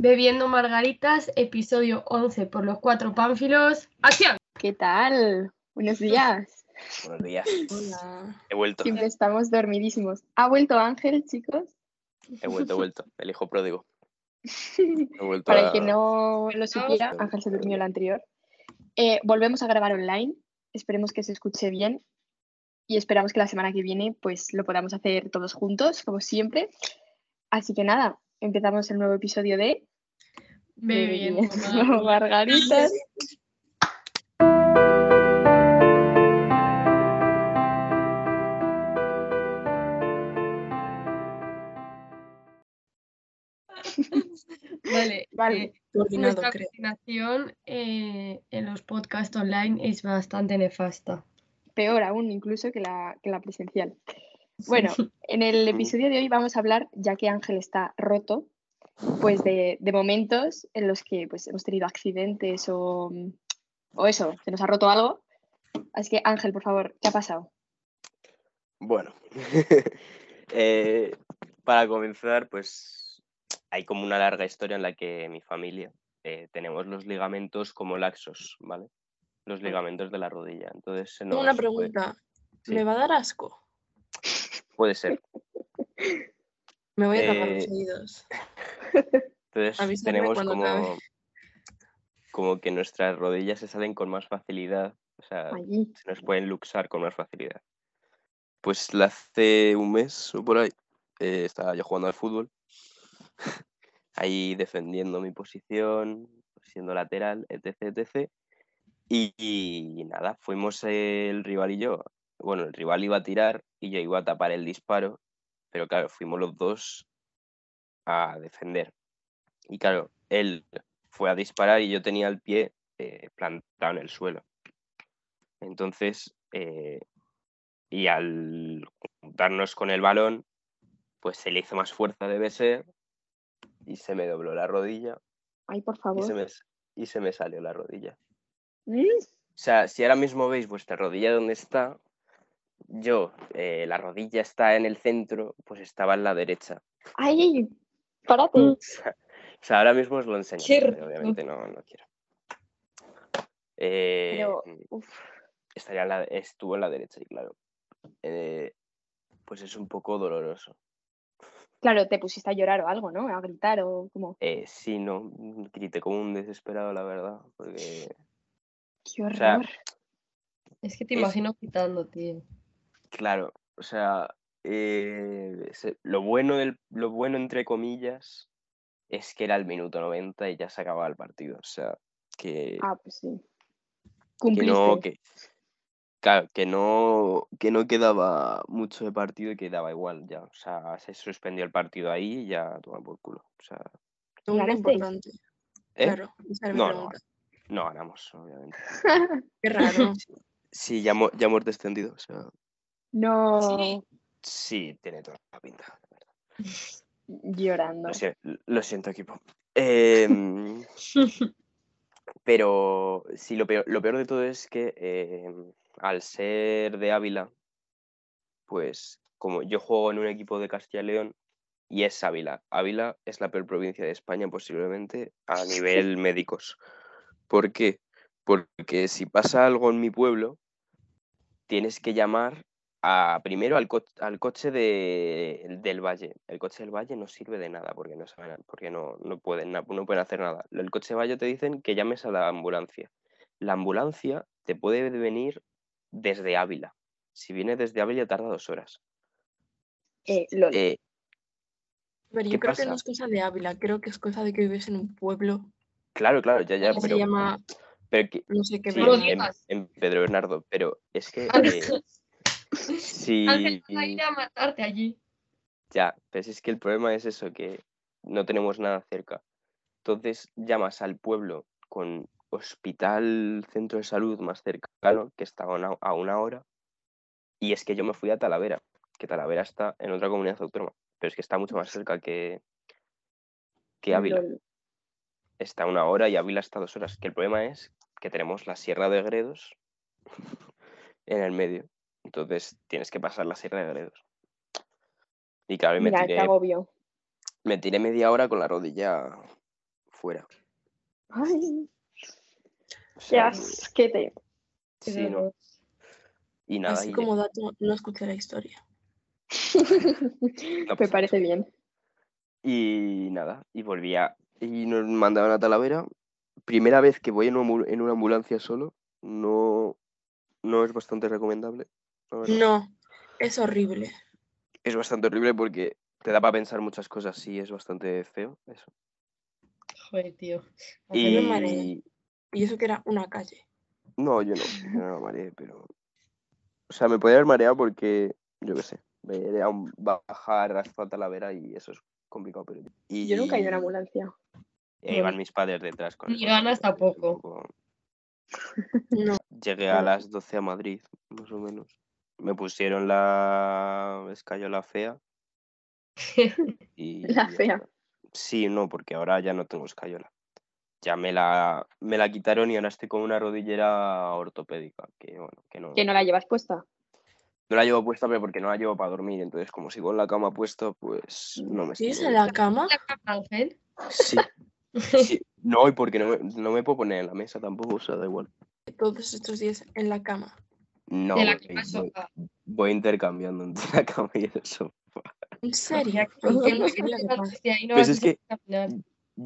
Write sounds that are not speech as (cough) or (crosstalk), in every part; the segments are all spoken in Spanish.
Bebiendo Margaritas, episodio 11 por los cuatro pánfilos. ¡Acción! ¿Qué tal? Buenos días. Buenos días. Hola. He vuelto, Siempre estamos dormidísimos. ¿Ha vuelto Ángel, chicos? he vuelto, he vuelto. El hijo pródigo. (laughs) He vuelto Para a- el que no lo supiera, Ángel se durmió la anterior. Eh, volvemos a grabar online. Esperemos que se escuche bien. Y esperamos que la semana que viene pues lo podamos hacer todos juntos, como siempre. Así que nada, empezamos el nuevo episodio de Bebiendo Bebiendo Margaritas. (laughs) Vale. Vale. eh, coordinado, nuestra creo. coordinación eh, en los podcasts online es bastante nefasta. peor aún incluso que la, que la presencial. Bueno, en el episodio de hoy vamos a hablar, ya que Ángel está roto, pues de, de momentos en los que pues, hemos tenido accidentes o, o eso, se nos ha roto algo. Así que Ángel, por favor, ¿qué ha pasado? Bueno, (laughs) eh, para comenzar, pues hay como una larga historia en la que mi familia eh, tenemos los ligamentos como laxos, ¿vale? Los ligamentos de la rodilla. Entonces, se nos Tengo una puede- pregunta. sí. ¿Me va a dar asco? puede ser. Me voy a tapar Eh, los oídos. Entonces Avísame tenemos cuando como, acabe. como que nuestras rodillas se salen con más facilidad, o sea, Allí. se nos pueden luxar con más facilidad. Pues la hace un mes o por ahí eh, estaba yo jugando al fútbol, (laughs) ahí defendiendo mi posición, siendo lateral, etc, etc. Y, y nada, fuimos el rival y yo. Bueno, el rival iba a tirar y yo iba a tapar el disparo, pero claro, fuimos los dos a defender. Y claro, él fue a disparar y yo tenía el pie eh, plantado en el suelo. Entonces, eh, y al juntarnos con el balón, pues se le hizo más fuerza, debe ser, y se me dobló la rodilla Ay, por y se favor. me, y se me salió la rodilla. Mm, O sea, si ahora mismo veis vuestra rodilla donde está, yo, eh, la rodilla está en el centro, pues estaba en la derecha. Ay, ay, párate. O sea, ahora mismo os lo enseño, Qué pero raro. obviamente no, no quiero. Eh, Pero, uf, estaría en la- estuvo en la derecha, y claro. Eh, pues es un poco doloroso. claro, te pusiste a llorar o algo, ¿no? A gritar o como. Eh, sí, no, mm, grité como un desesperado, la verdad, porque ¡Qué sea, horror! (laughs) Es que te Es- imagino quitando, tío. Claro, o sea, eh, se- lo, bueno del, lo bueno, entre comillas, es que era el minuto 90 y ya se acababa el partido. O sea, que, Ah, pues sí. que Cumpliste. no, que, claro, que no, que no quedaba mucho de partido y quedaba igual ya. O sea, se suspendió el partido ahí y ya toma por culo. O sea, Tengo una ¿ganasteis? importante. ¿eh? Claro, esa era mi No, no. pregunta. No ganamos, obviamente. Qué (laughs) raro. Sí, ya, mo- ya hemos descendido. O sea, no. Sí. sí, tiene toda la pinta. Llorando. Lo sie- lo siento, equipo. Em, pero sí, lo peor, lo peor de todo es que em, al ser de Ávila, pues como yo juego en un equipo de Castilla y León y es Ávila. Ávila es la peor provincia de España posiblemente (laughs) a nivel médicos. ¿Por qué? Porque si pasa algo en mi pueblo, tienes que llamar a, primero al, co- al coche de- del valle. El coche del valle no sirve de nada porque no saben, porque no, no pueden, na- no pueden hacer nada. El coche del valle te dicen que llames a la ambulancia. La ambulancia te puede venir desde Ávila. Si viene desde Ávila tarda dos horas. Eh, lol. Eh, Pero ¿Qué yo creo pasa? que no es cosa de Ávila, creo que es cosa de que vives en un pueblo claro, claro, ya, ya, que se pero, llama pero que- no sé qué sí, No lo verga. en- en, digas. en Pedro Bernardo, pero es que eh, si- Ángel va a ir a matarte allí. Ya, pero es que el problema es eso, que no tenemos nada cerca. Entonces llamas al pueblo con hospital, centro de salud más cercano, que está a una, a una hora, y es que yo me fui a Talavera, que Talavera está en otra comunidad autónoma, pero es que está mucho más cerca que, que Ávila. Lol. Está a una hora y Ávila está a dos horas, que el problema es que tenemos la Sierra de Gredos (laughs) en el medio, entonces tienes que pasar la Sierra de Gredos. Y claro, y me Mira, qué tiré agobio. me tiré media hora con la rodilla fuera. Ay, O qué sea, asquete. sí, no. Y nada, Así y como dato, no escuché la historia. Me (laughs) pues, pasa parece bien. Y nada, y volvía. Y nos mandaban a Talavera. Primera vez que voy en, una ambu- en una ambulancia solo, no, no es bastante recomendable. la verdad. No, es horrible. Es bastante horrible porque te da para pensar muchas cosas, sí, es bastante feo eso. Joder, tío. mí me Y mareé. Y eso que era una calle. no, yo no, yo no me mareé, pero. O sea, me podía haber mareado porque, yo qué sé, era un bajar hasta Talavera y eso es complicado. Pero... Y, Yo nunca he ido en ambulancia. y ahí Eh, van mis padres detrás. con Ni eso, ganas es un tampoco. (laughs) poco- No, Llegué a Claro. las 12 a Madrid, más o menos. Me pusieron la escayola (laughs) fea. Y La ya fea. está. Sí, no, porque ahora ya no tengo escayola. Ya me la, me la quitaron y ahora estoy con una rodillera ortopédica, que bueno, que no, Que no la llevas puesta. no la llevo puesta, pero porque no la llevo para dormir. Entonces, como sigo en la cama puesta, pues no me ¿Sigues siento en bien. la cama? La cama, Ángel. Sí. sí. No, y porque no me, no me puedo poner en la mesa tampoco, o sea, da igual. Todos estos días en la cama. No, de la voy- cama voy, sopa. voy intercambiando entre la (laughs) cama y el sofá. ¿En serio? (laughs) Yo Yo (laughs) no no sé lo que pasa. sé, ahí no vas Pues es a saber que- caminar.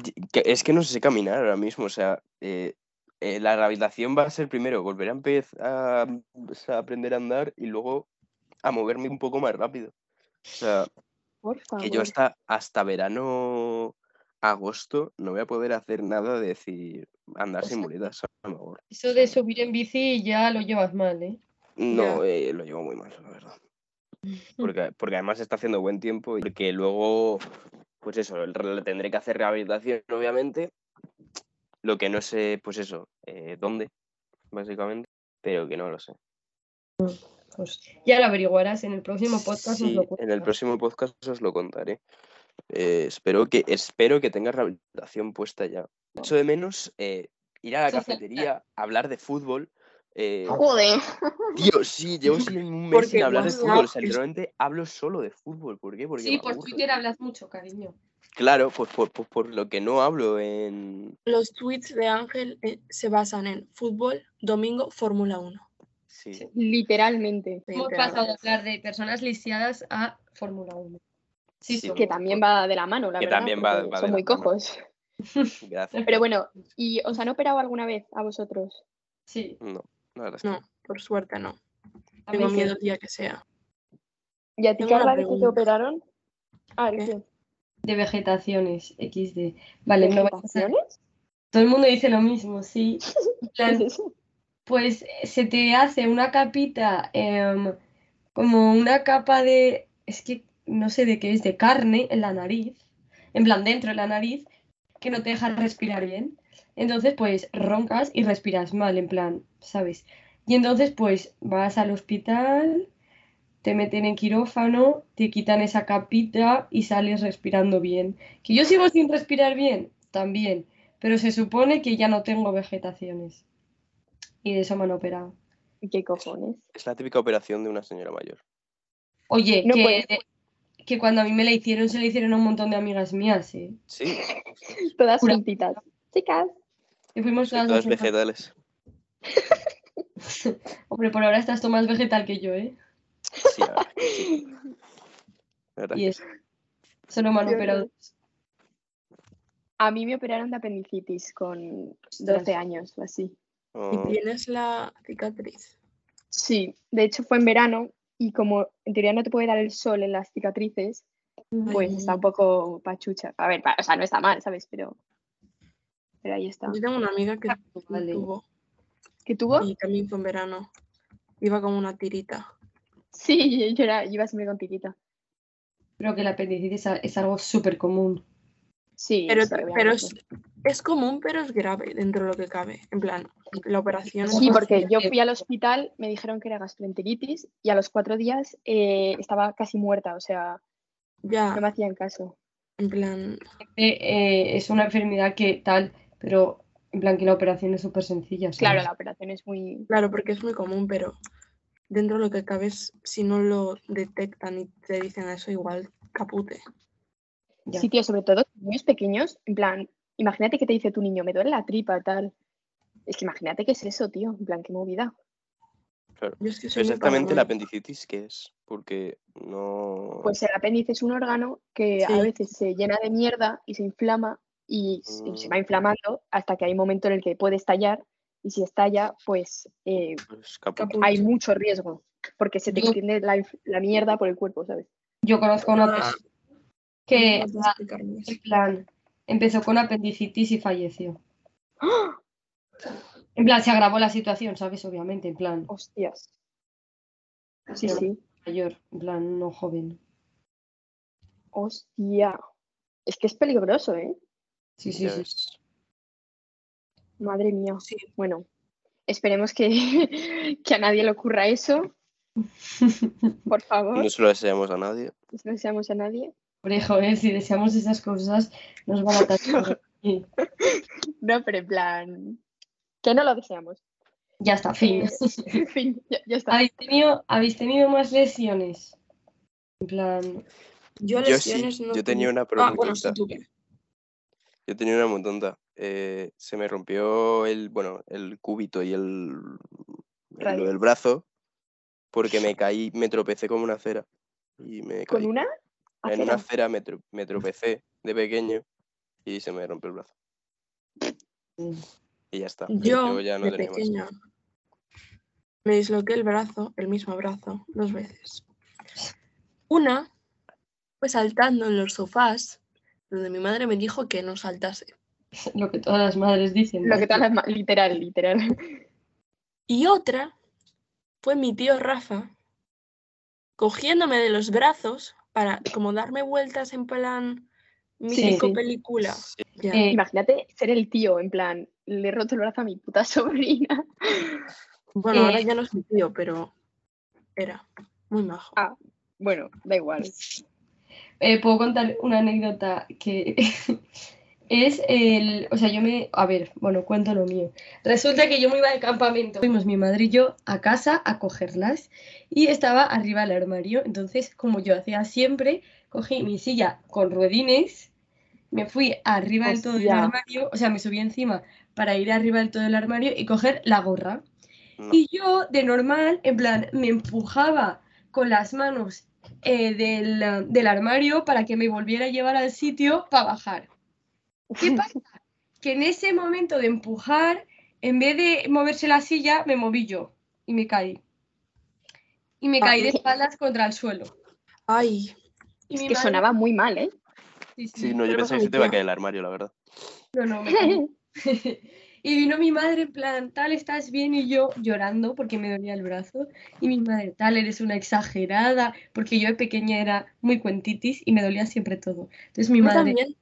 Y- que- Es que no sé caminar ahora mismo, o sea, eh, eh, la rehabilitación va a ser primero volver a empezar a, o sea, aprender a andar y luego a moverme un poco más rápido. O sea, Por Ah, favor. que yo hasta, hasta verano, agosto, no voy a poder hacer nada de decir andar O sin sea- muletas, a lo mejor. Eso de subir en bici ya lo llevas mal, ¿eh? No, eh, lo llevo muy mal, la verdad. Mm. Porque, porque además está haciendo buen tiempo y que luego, pues eso, el re- tendré que hacer rehabilitación, obviamente. Lo que no sé, pues eso, eh, dónde, básicamente, pero que no lo sé. Pues ya lo averiguarás en el próximo podcast. nos Sí, lo en el cuentas. próximo podcast os lo contaré. Eh, espero, que, espero que tengas rehabilitación puesta ya. Echo de menos eh, ir a la Socializar. cafetería, hablar de fútbol. eh, Joder. Tío, sí, llevo sin un mes Porque sin hablar de WhatsApp fútbol. O sea, es- literalmente hablo solo de fútbol. ¿Por qué? Porque Sí, me por aburro. Twitter hablas mucho, cariño. Claro, pues por, por- por lo que no hablo en. Los tweets de Ángel eh, se basan en fútbol, domingo, Fórmula 1. Sí. Sí. Literalmente. Hemos pasado de hablar de personas lisiadas a Fórmula 1. Sí, Sí. son- Que también va de la mano, la Que verdad. también va- porque va de son la muy mano. cojos. Gracias. Pero bueno, ¿y os han operado alguna vez a vosotros? sí. No, la verdad es que No, por suerte no. A Tengo mí sí. miedo el día que sea. ¿Y a ti, Tengo una Carla, de qué te pregunta. operaron? Ah, ¿de ¿Qué? qué? De vegetaciones, XD. Vale, no vayas a- ¿Vegetaciones? Todo el mundo dice lo mismo, (laughs) sí. En ¿Qué plan, es (laughs) eso? Pues eh, se te hace una capita, em, como una capa de, es que no sé de qué es, de carne en la nariz, en plan dentro de la nariz, que no te deja respirar bien. Entonces, pues roncas y respiras mal, en plan, ¿sabes? Y entonces, pues vas al hospital, te meten en quirófano, te quitan esa capita y sales respirando bien. Que yo sigo sin respirar bien, también, pero se supone que ya no tengo vegetaciones. Y de eso me han operado. ¿Qué cojones? es la típica operación de una señora mayor. Oye, No, que, pues, que cuando a mí me la hicieron, se la hicieron a un montón de amigas mías, ¿eh? Sí, Todas Cura- juntitas. Chicas, Y fuimos son todas todas haciendo- vegetales. Hombre, por ahora estás tú más vegetal que yo, ¿eh? Sí, la verdad, sí, la verdad. (laughs) Y eso. Solo me han Dios operado. a mí me operaron de apendicitis con 12 años o así. Oh, Y tienes la cicatriz. Sí, de hecho fue en verano y como en teoría no te puede dar el sol en las cicatrices, pues Ay. está un poco pachucha. A ver, pa- o sea, no está mal, ¿sabes? Pero, pero ahí está. Yo tengo una amiga que Vale. tuvo ¿Qué tuvo? y también fue en verano. Iba como una tirita. Sí, (laughs) yo era, yo iba siempre con tiquita. Creo que la apendicitis a- es algo súper común. Sí, Pero, sí, pero obviamente. es, es común, pero es grave dentro de lo que cabe. En plan, la operación es Sí, más- porque yo fui al hospital, me dijeron que era gastroenteritis y a los cuatro días eh, estaba casi muerta, o sea, ya, no me hacían caso. en plan, Eh, eh, es una enfermedad que tal, pero en plan que la operación es súper sencilla. ¿sabes? Claro, la operación es muy... claro, porque es muy común, pero dentro de lo que cabe, es- si no lo detectan y te dicen eso, igual capute. Ya. Sí, tío, sobre todo niños pequeños, en plan, Imagínate que te dice tu niño, me duele la tripa, tal. Es que imagínate qué es eso, tío. En plan, qué movida. Claro. Yo es que soy muy Exactamente la paranoica. apendicitis que es, porque no... Pues el apéndice es un órgano que Sí. a veces se llena de mierda y se inflama y, s- y se va Mm. inflamando hasta que hay un momento en el que puede estallar y si estalla, pues eh, es caput. caput. hay mucho riesgo porque se te Yo- extiende la, inf- la mierda por el cuerpo, ¿sabes? Yo conozco a una Ah. persona No que, puedo explicarme eso. en plan, empezó con apendicitis y falleció. En plan, se agravó la situación, ¿sabes? Obviamente, en plan, Hostias. Sí, Pero- sí. mayor, en plan, no joven. Hostia. Es que es peligroso, ¿eh? Sí, sí, Ya sí. ves. Madre mía. Sí. Bueno, esperemos que, (laughs) que a nadie le (laughs) ocurra eso, por favor. No se lo deseamos a nadie. No deseamos a nadie. Hombre, joder, si deseamos esas cosas, nos van a tachar. Y No, pero en plan, que no lo deseamos. ya está, fin. (laughs) En fin, ya, ya está. ¿Habéis tenido, ¿Habéis tenido más lesiones? En plan, Yo Yo sí, lesiones no yo tenía tuve. una, pero Ah, muy bueno, sí tonta. tuve. Yo tenía una muy tonta. Eh, se me rompió el, bueno, el cúbito y el, el, lo Radius. del brazo (laughs) porque me caí, me tropecé como una cera. Y me Con caí. una En una acera. cera me, tro- me tropecé de pequeño y se me rompió el (laughs) brazo. Y ya está. Yo, ya no de tenía más. pequeña, me disloqué el brazo, el mismo brazo, dos veces. Una fue saltando en los sofás, donde mi madre me dijo que no saltase. lo que todas las madres dicen. Lo ¿no? que tal, las ma- literal, literal. (laughs) Y otra fue mi tío Rafa cogiéndome de los brazos para como darme vueltas en plan mítico sí. película. Sí, Ya. Eh, Imagínate ser el tío, en plan, le he roto el brazo a mi puta (laughs) sobrina. bueno, ahora eh. ya no es mi tío, pero era muy majo. Ah. Bueno, da igual. Eh, puedo contar una anécdota que (laughs) es el, o sea, yo me, a ver, bueno, cuento lo mío. Resulta que yo me iba de campamento. Fuimos mi madre y yo a casa a cogerlas y estaba arriba del armario. Entonces, como yo hacía siempre, cogí mi silla con ruedines, me fui arriba del todo del Hostia. armario, o sea, me subí encima para ir arriba del todo del armario y coger la gorra. no. Y yo, de normal, en plan, me empujaba con las manos eh, del, del armario para que me volviera a llevar al sitio para bajar. ¿Qué pasa? Que en ese momento de empujar, en vez de moverse la silla, me moví yo y me caí. Y me caí de Ay. espaldas contra el suelo. Ay, Y Es mi que madre- sonaba muy (laughs) mal, ¿eh? Sí, sí, Sí, no, yo pero pensaba pasa que se te iba a mucho. caer el armario, la verdad. no, no, me caí. (laughs) Y vino mi madre en plan, tal, estás bien y yo llorando porque me dolía el brazo. Y mi madre, tal, eres una exagerada, porque yo de pequeña era muy cuentitis y me dolía siempre todo. Entonces mi yo madre, también.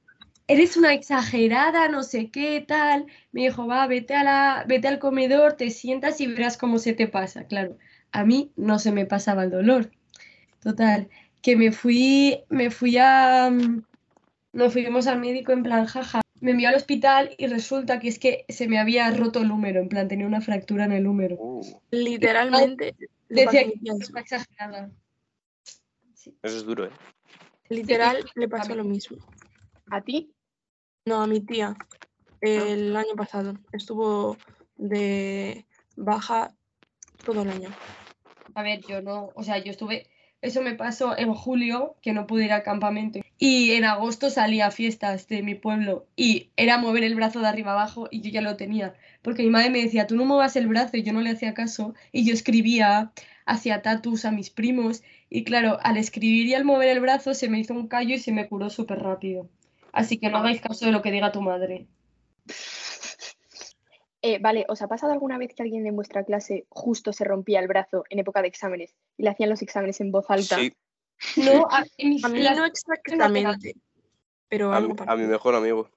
eres una exagerada, no sé qué, tal. Me dijo, va, vete, a la, vete al comedor, te sientas y verás cómo se te pasa. Claro, a mí no se me pasaba el dolor. Total, que me fui, me fui a... mm, Nos fuimos al médico en plan, jaja. Me envió al hospital y resulta que es que se me había roto el húmero, en plan, tenía una fractura en el húmero. Uh, Literalmente, le Decía pasó que mi tía es eso. una exagerada. Sí. eso es duro, ¿eh? literal le pasó lo mismo. ¿A ti? No, a mi tía, Ah. el año pasado, estuvo de baja todo el año. A ver, yo no, o sea, yo estuve, eso me pasó en julio, que no pude ir al campamento, y en agosto salí a fiestas de mi pueblo y era mover el brazo de arriba abajo y yo ya lo tenía, porque mi madre me decía, tú no muevas el brazo y yo no le hacía caso, y yo escribía hacia tatus a mis primos, y claro, al escribir y al mover el brazo se me hizo un callo y se me curó súper rápido. Así que no hagáis caso de lo que diga tu (laughs) madre. Eh, vale, ¿os ha pasado alguna vez que alguien en vuestra clase justo se rompía el brazo en época de exámenes y le hacían los exámenes en voz alta? Sí, No, a, en mis A mí clases- no exactamente, pero a, algo mi- a mi parecido. mejor amigo.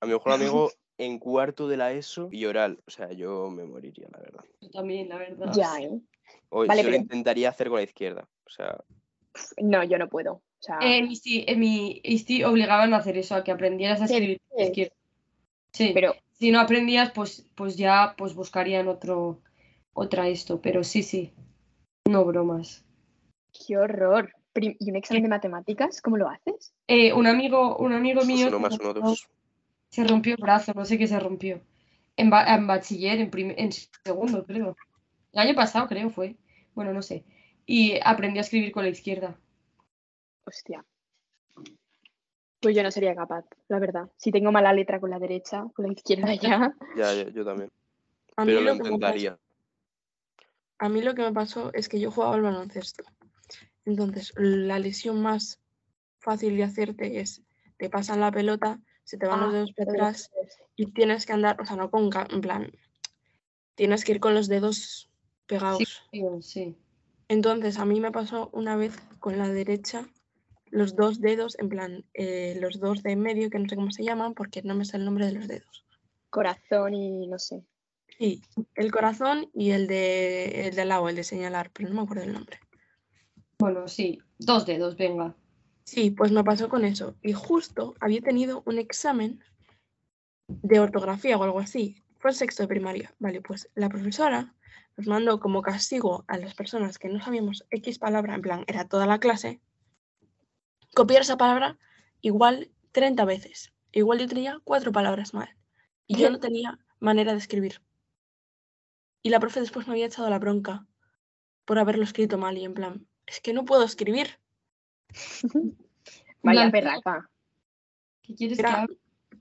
A mi (laughs) mejor amigo en cuarto de la ESO y oral. O sea, yo me moriría, la verdad. yo también, la verdad. Ya, ¿eh? O Vale, yo lo pero- intentaría hacer con la izquierda. O sea, Pf, No, yo no puedo. O sea, En mi, sí- en eh, mi ISTI obligaban a hacer eso, a que aprendieras a ¿Qué escribir con la dices? izquierda. Sí, pero si no aprendías, pues, pues ya pues buscarían otro, otra esto, pero sí, sí, no bromas. qué horror. Prim- ¿Y un examen de matemáticas? ¿Cómo lo haces? Eh, un amigo, un amigo es mío uno más uno, dos. Se rompió el brazo, no sé qué se rompió. En, ba- en bachiller, en, prim- en segundo, creo. El año pasado, creo, fue. Bueno, no sé. Y aprendí a escribir con la izquierda. Hostia. Pues yo no sería capaz, la verdad. Si tengo mala letra con la derecha, con la izquierda ya. pues, Ya, yo, yo también. A mí, Pero lo lo que me intentaría. pasó- a mí lo que me pasó es que yo jugaba al baloncesto. Entonces, la lesión más fácil de hacerte es te pasan la pelota, se te van Ah, los dedos para pero- atrás y tienes que andar, o sea, no con, ga- en plan, tienes que ir con los dedos pegados. Sí, creo, Eh, sí. Entonces, a mí me pasó una vez con la derecha los dos dedos, en plan, eh, los dos de en medio, que no sé cómo se llaman, porque no me sé el nombre de los dedos. Corazón y no sé. Sí, el corazón y el de, el de al lado, el de señalar, pero no me acuerdo el nombre. Bueno, sí. Dos dedos, venga. Sí, pues me pasó con eso. Y justo había tenido un examen de ortografía o algo así. Fue el sexto de primaria. Vale, pues la profesora nos mandó como castigo a las personas que no sabíamos X palabra, en plan, era toda la clase, copiar esa palabra igual 30 veces. Igual yo tenía cuatro palabras mal. Y yo no tenía manera de escribir. Y la profe después me había echado la bronca por haberlo escrito mal y en plan, es que no puedo escribir. Vaya Blanco. perraca. ¿Qué quieres que Era, haga?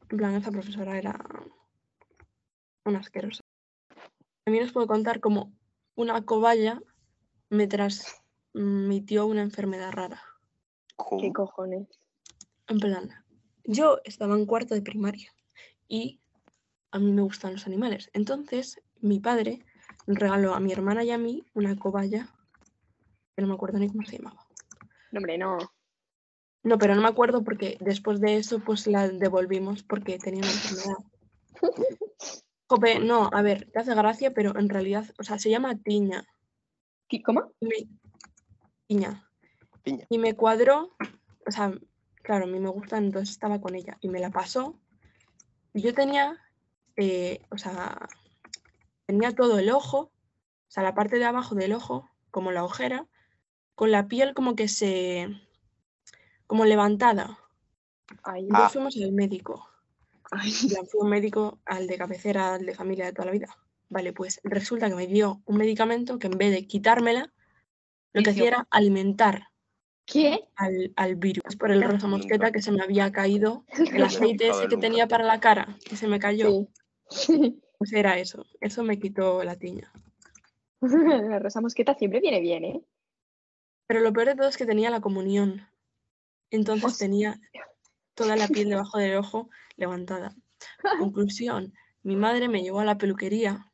en plan, esa profesora era una asquerosa. También os puedo contar como una cobaya me transmitió una enfermedad rara. ¿Qué ¿Cómo? cojones? En plan, yo estaba en cuarto de primaria y a mí me gustan los animales. Entonces, mi padre regaló a mi hermana y a mí una cobaya que no me acuerdo ni cómo se llamaba. No, hombre, no. No, pero no me acuerdo porque después de eso pues la devolvimos porque tenía una enfermedad. Jope, no, a ver, te hace gracia, pero en realidad, o sea, se llama tiña. ¿Qué- ¿Cómo? y me- tiña. Piña. Y me cuadró, o sea, claro, a mí me gusta, entonces estaba con ella y me la pasó. Y yo tenía, eh, o sea, tenía todo el ojo, o sea, la parte de abajo del ojo, como la ojera, con la piel como que se, como levantada. Ay, Entonces Ah. fuimos al médico. ay. En plan, Fui a un médico al de cabecera, al de familia de toda la vida. Vale, pues resulta que me dio un medicamento que en vez de quitármela, lo que Vicio. hacía era alimentar ¿Qué? al, al virus por el rosa mosqueta Nunca. que se me (laughs) había caído, el me aceite había fijado ese que nunca. tenía para la cara, que se me cayó. Sí. (laughs) Pues era eso, eso me quitó la tiña. La rosa mosqueta siempre viene bien, ¿eh? Pero lo peor de todo es que tenía la comunión. Entonces Hostia. tenía toda la piel debajo del ojo levantada. Conclusión, mi madre me llevó a la peluquería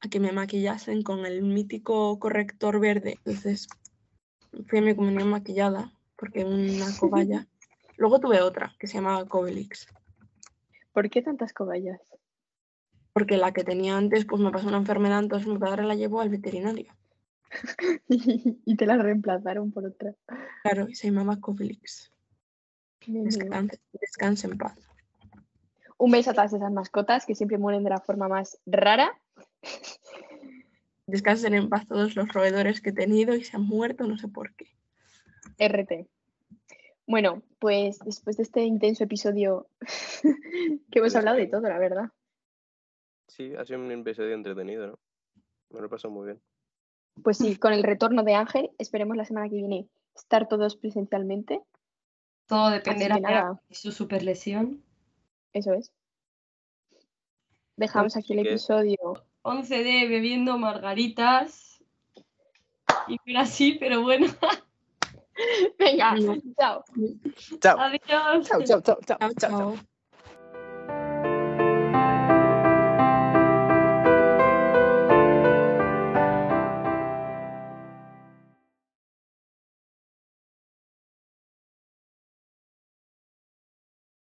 a que me maquillasen con el mítico corrector verde. Entonces fui a mi comunión maquillada porque una cobaya. Luego tuve otra que se llamaba Cobelix, ¿Por qué tantas cobayas? (laughs) porque la que tenía antes pues me pasó una enfermedad, entonces mi padre la llevó al veterinario. y te las reemplazaron por otra. Claro, y se llamaba Cobelix. Dios mío. Descanse, descanse en paz. Un beso a todas esas mascotas que siempre mueren de la forma más rara. Descansen en paz todos los roedores que he tenido y se han muerto, no sé por qué. RT. Bueno, pues después de este intenso episodio (laughs) que hemos hablado de todo, la verdad. Sí, ha sido un episodio entretenido, ¿no? Me lo he pasado muy bien. Pues sí, con el retorno de Ángel, esperemos la semana que viene estar todos presencialmente. Todo Así que dependerá nada. de su superlesión. Eso es. Dejamos aquí el que- episodio. (laughs) 11D bebiendo margaritas. Y era así, pero bueno. Venga, No. chao. Chao. Adiós. Chao, chao, chao, chao. Chao, chao.